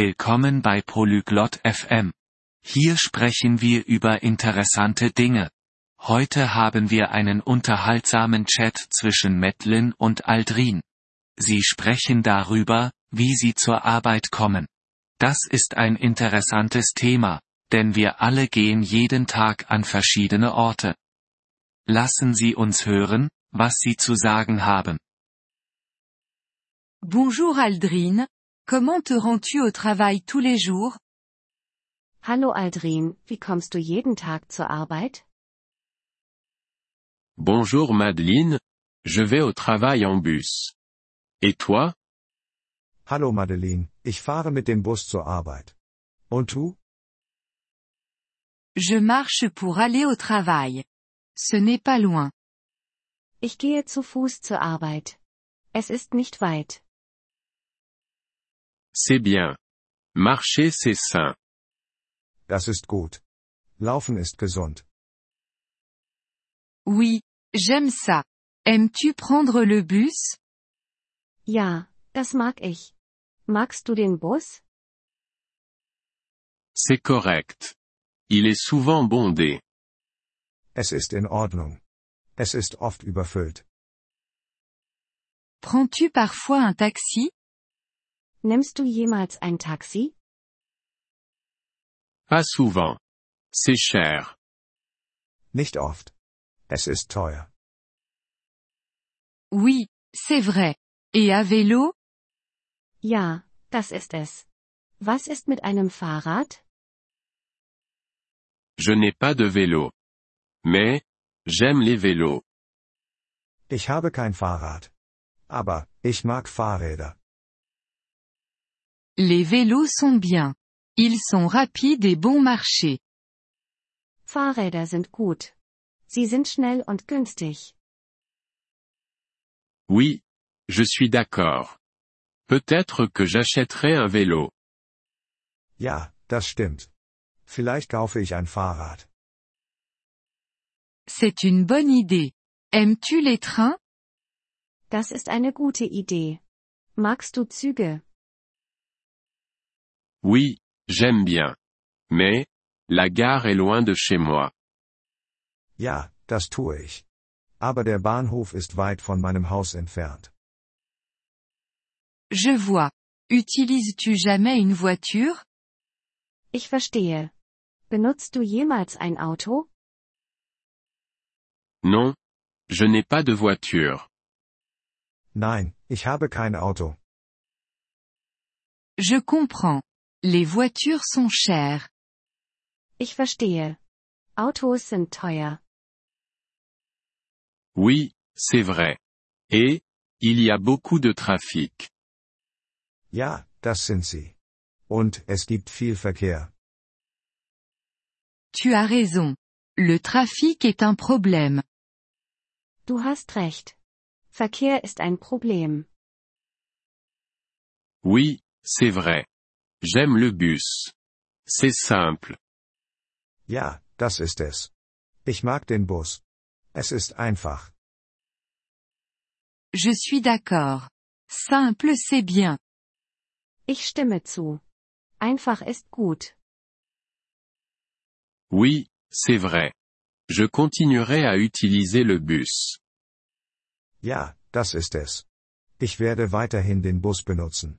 Willkommen bei Polyglot FM. Hier sprechen wir über interessante Dinge. Heute haben wir einen unterhaltsamen Chat zwischen Madeline und Aldrin. Sie sprechen darüber, wie sie zur Arbeit kommen. Das ist ein interessantes Thema, denn wir alle gehen jeden Tag an verschiedene Orte. Lassen Sie uns hören, was Sie zu sagen haben. Bonjour Aldrin, comment te rends-tu au travail tous les jours Hallo Aldrin, wie kommst du jeden Tag zur Arbeit? Bonjour Madeleine, je vais au travail en bus. Et toi, Hallo Madeleine, ich fahre mit dem Bus zur Arbeit. Und du? Je marche pour aller au travail. Ce n'est pas loin. Ich gehe zu Fuß zur Arbeit. Es ist nicht weit. c'est bien. Marcher c'est sain. Das ist gut. Laufen ist gesund. Oui, j'aime ça. Aimes-tu prendre le bus Ja, das mag ich. Magst du den Bus? C'est correct. Il est souvent bondé. Es ist in Ordnung. Es ist oft überfüllt. Prends-tu parfois un taxi Nimmst du jemals ein Taxi? Pas souvent. C'est cher. Nicht oft. Es ist teuer. Oui, c'est vrai. Et à vélo Ja, das ist es. Was ist mit einem Fahrrad? Je n'ai pas de vélo. Mais, j'aime les vélos. Ich habe kein Fahrrad. Aber, ich mag Fahrräder. Les vélos sont bien. Ils sont rapides et bon marché. Fahrräder sind gut. Sie sind schnell und günstig. Oui. Je suis d'accord. Peut-être que j'achèterai un vélo. Ja, das stimmt. Vielleicht kaufe ich ein Fahrrad. C'est une bonne idée. Aimes-tu les trains Das ist eine gute Idee. Magst du Züge? Oui, j'aime bien. Mais, la gare est loin de chez moi. Ja, das tue ich. Aber der Bahnhof ist weit von meinem Haus entfernt. Je vois. Utilises-tu jamais une voiture Ich verstehe. Benutzt du jemals ein Auto? Non. Je n'ai pas de voiture. Nein, ich habe kein Auto. Je comprends. Les voitures sont chères. Ich verstehe. Autos sind teuer. Oui, c'est vrai. Et, il y a beaucoup de trafic. Ja, das sind sie. Und es gibt viel Verkehr. Tu as raison. Le trafic est un problème. Du hast recht. Verkehr ist ein Problem. Oui, c'est vrai. J'aime le bus. C'est simple. Ja, das ist es. Ich mag den Bus. Es ist einfach. Je suis d'accord. Simple c'est bien. Ich stimme zu. Einfach ist gut. Oui, c'est vrai. Je continuerai à utiliser le bus. Ja, das ist es. Ich werde weiterhin den Bus benutzen.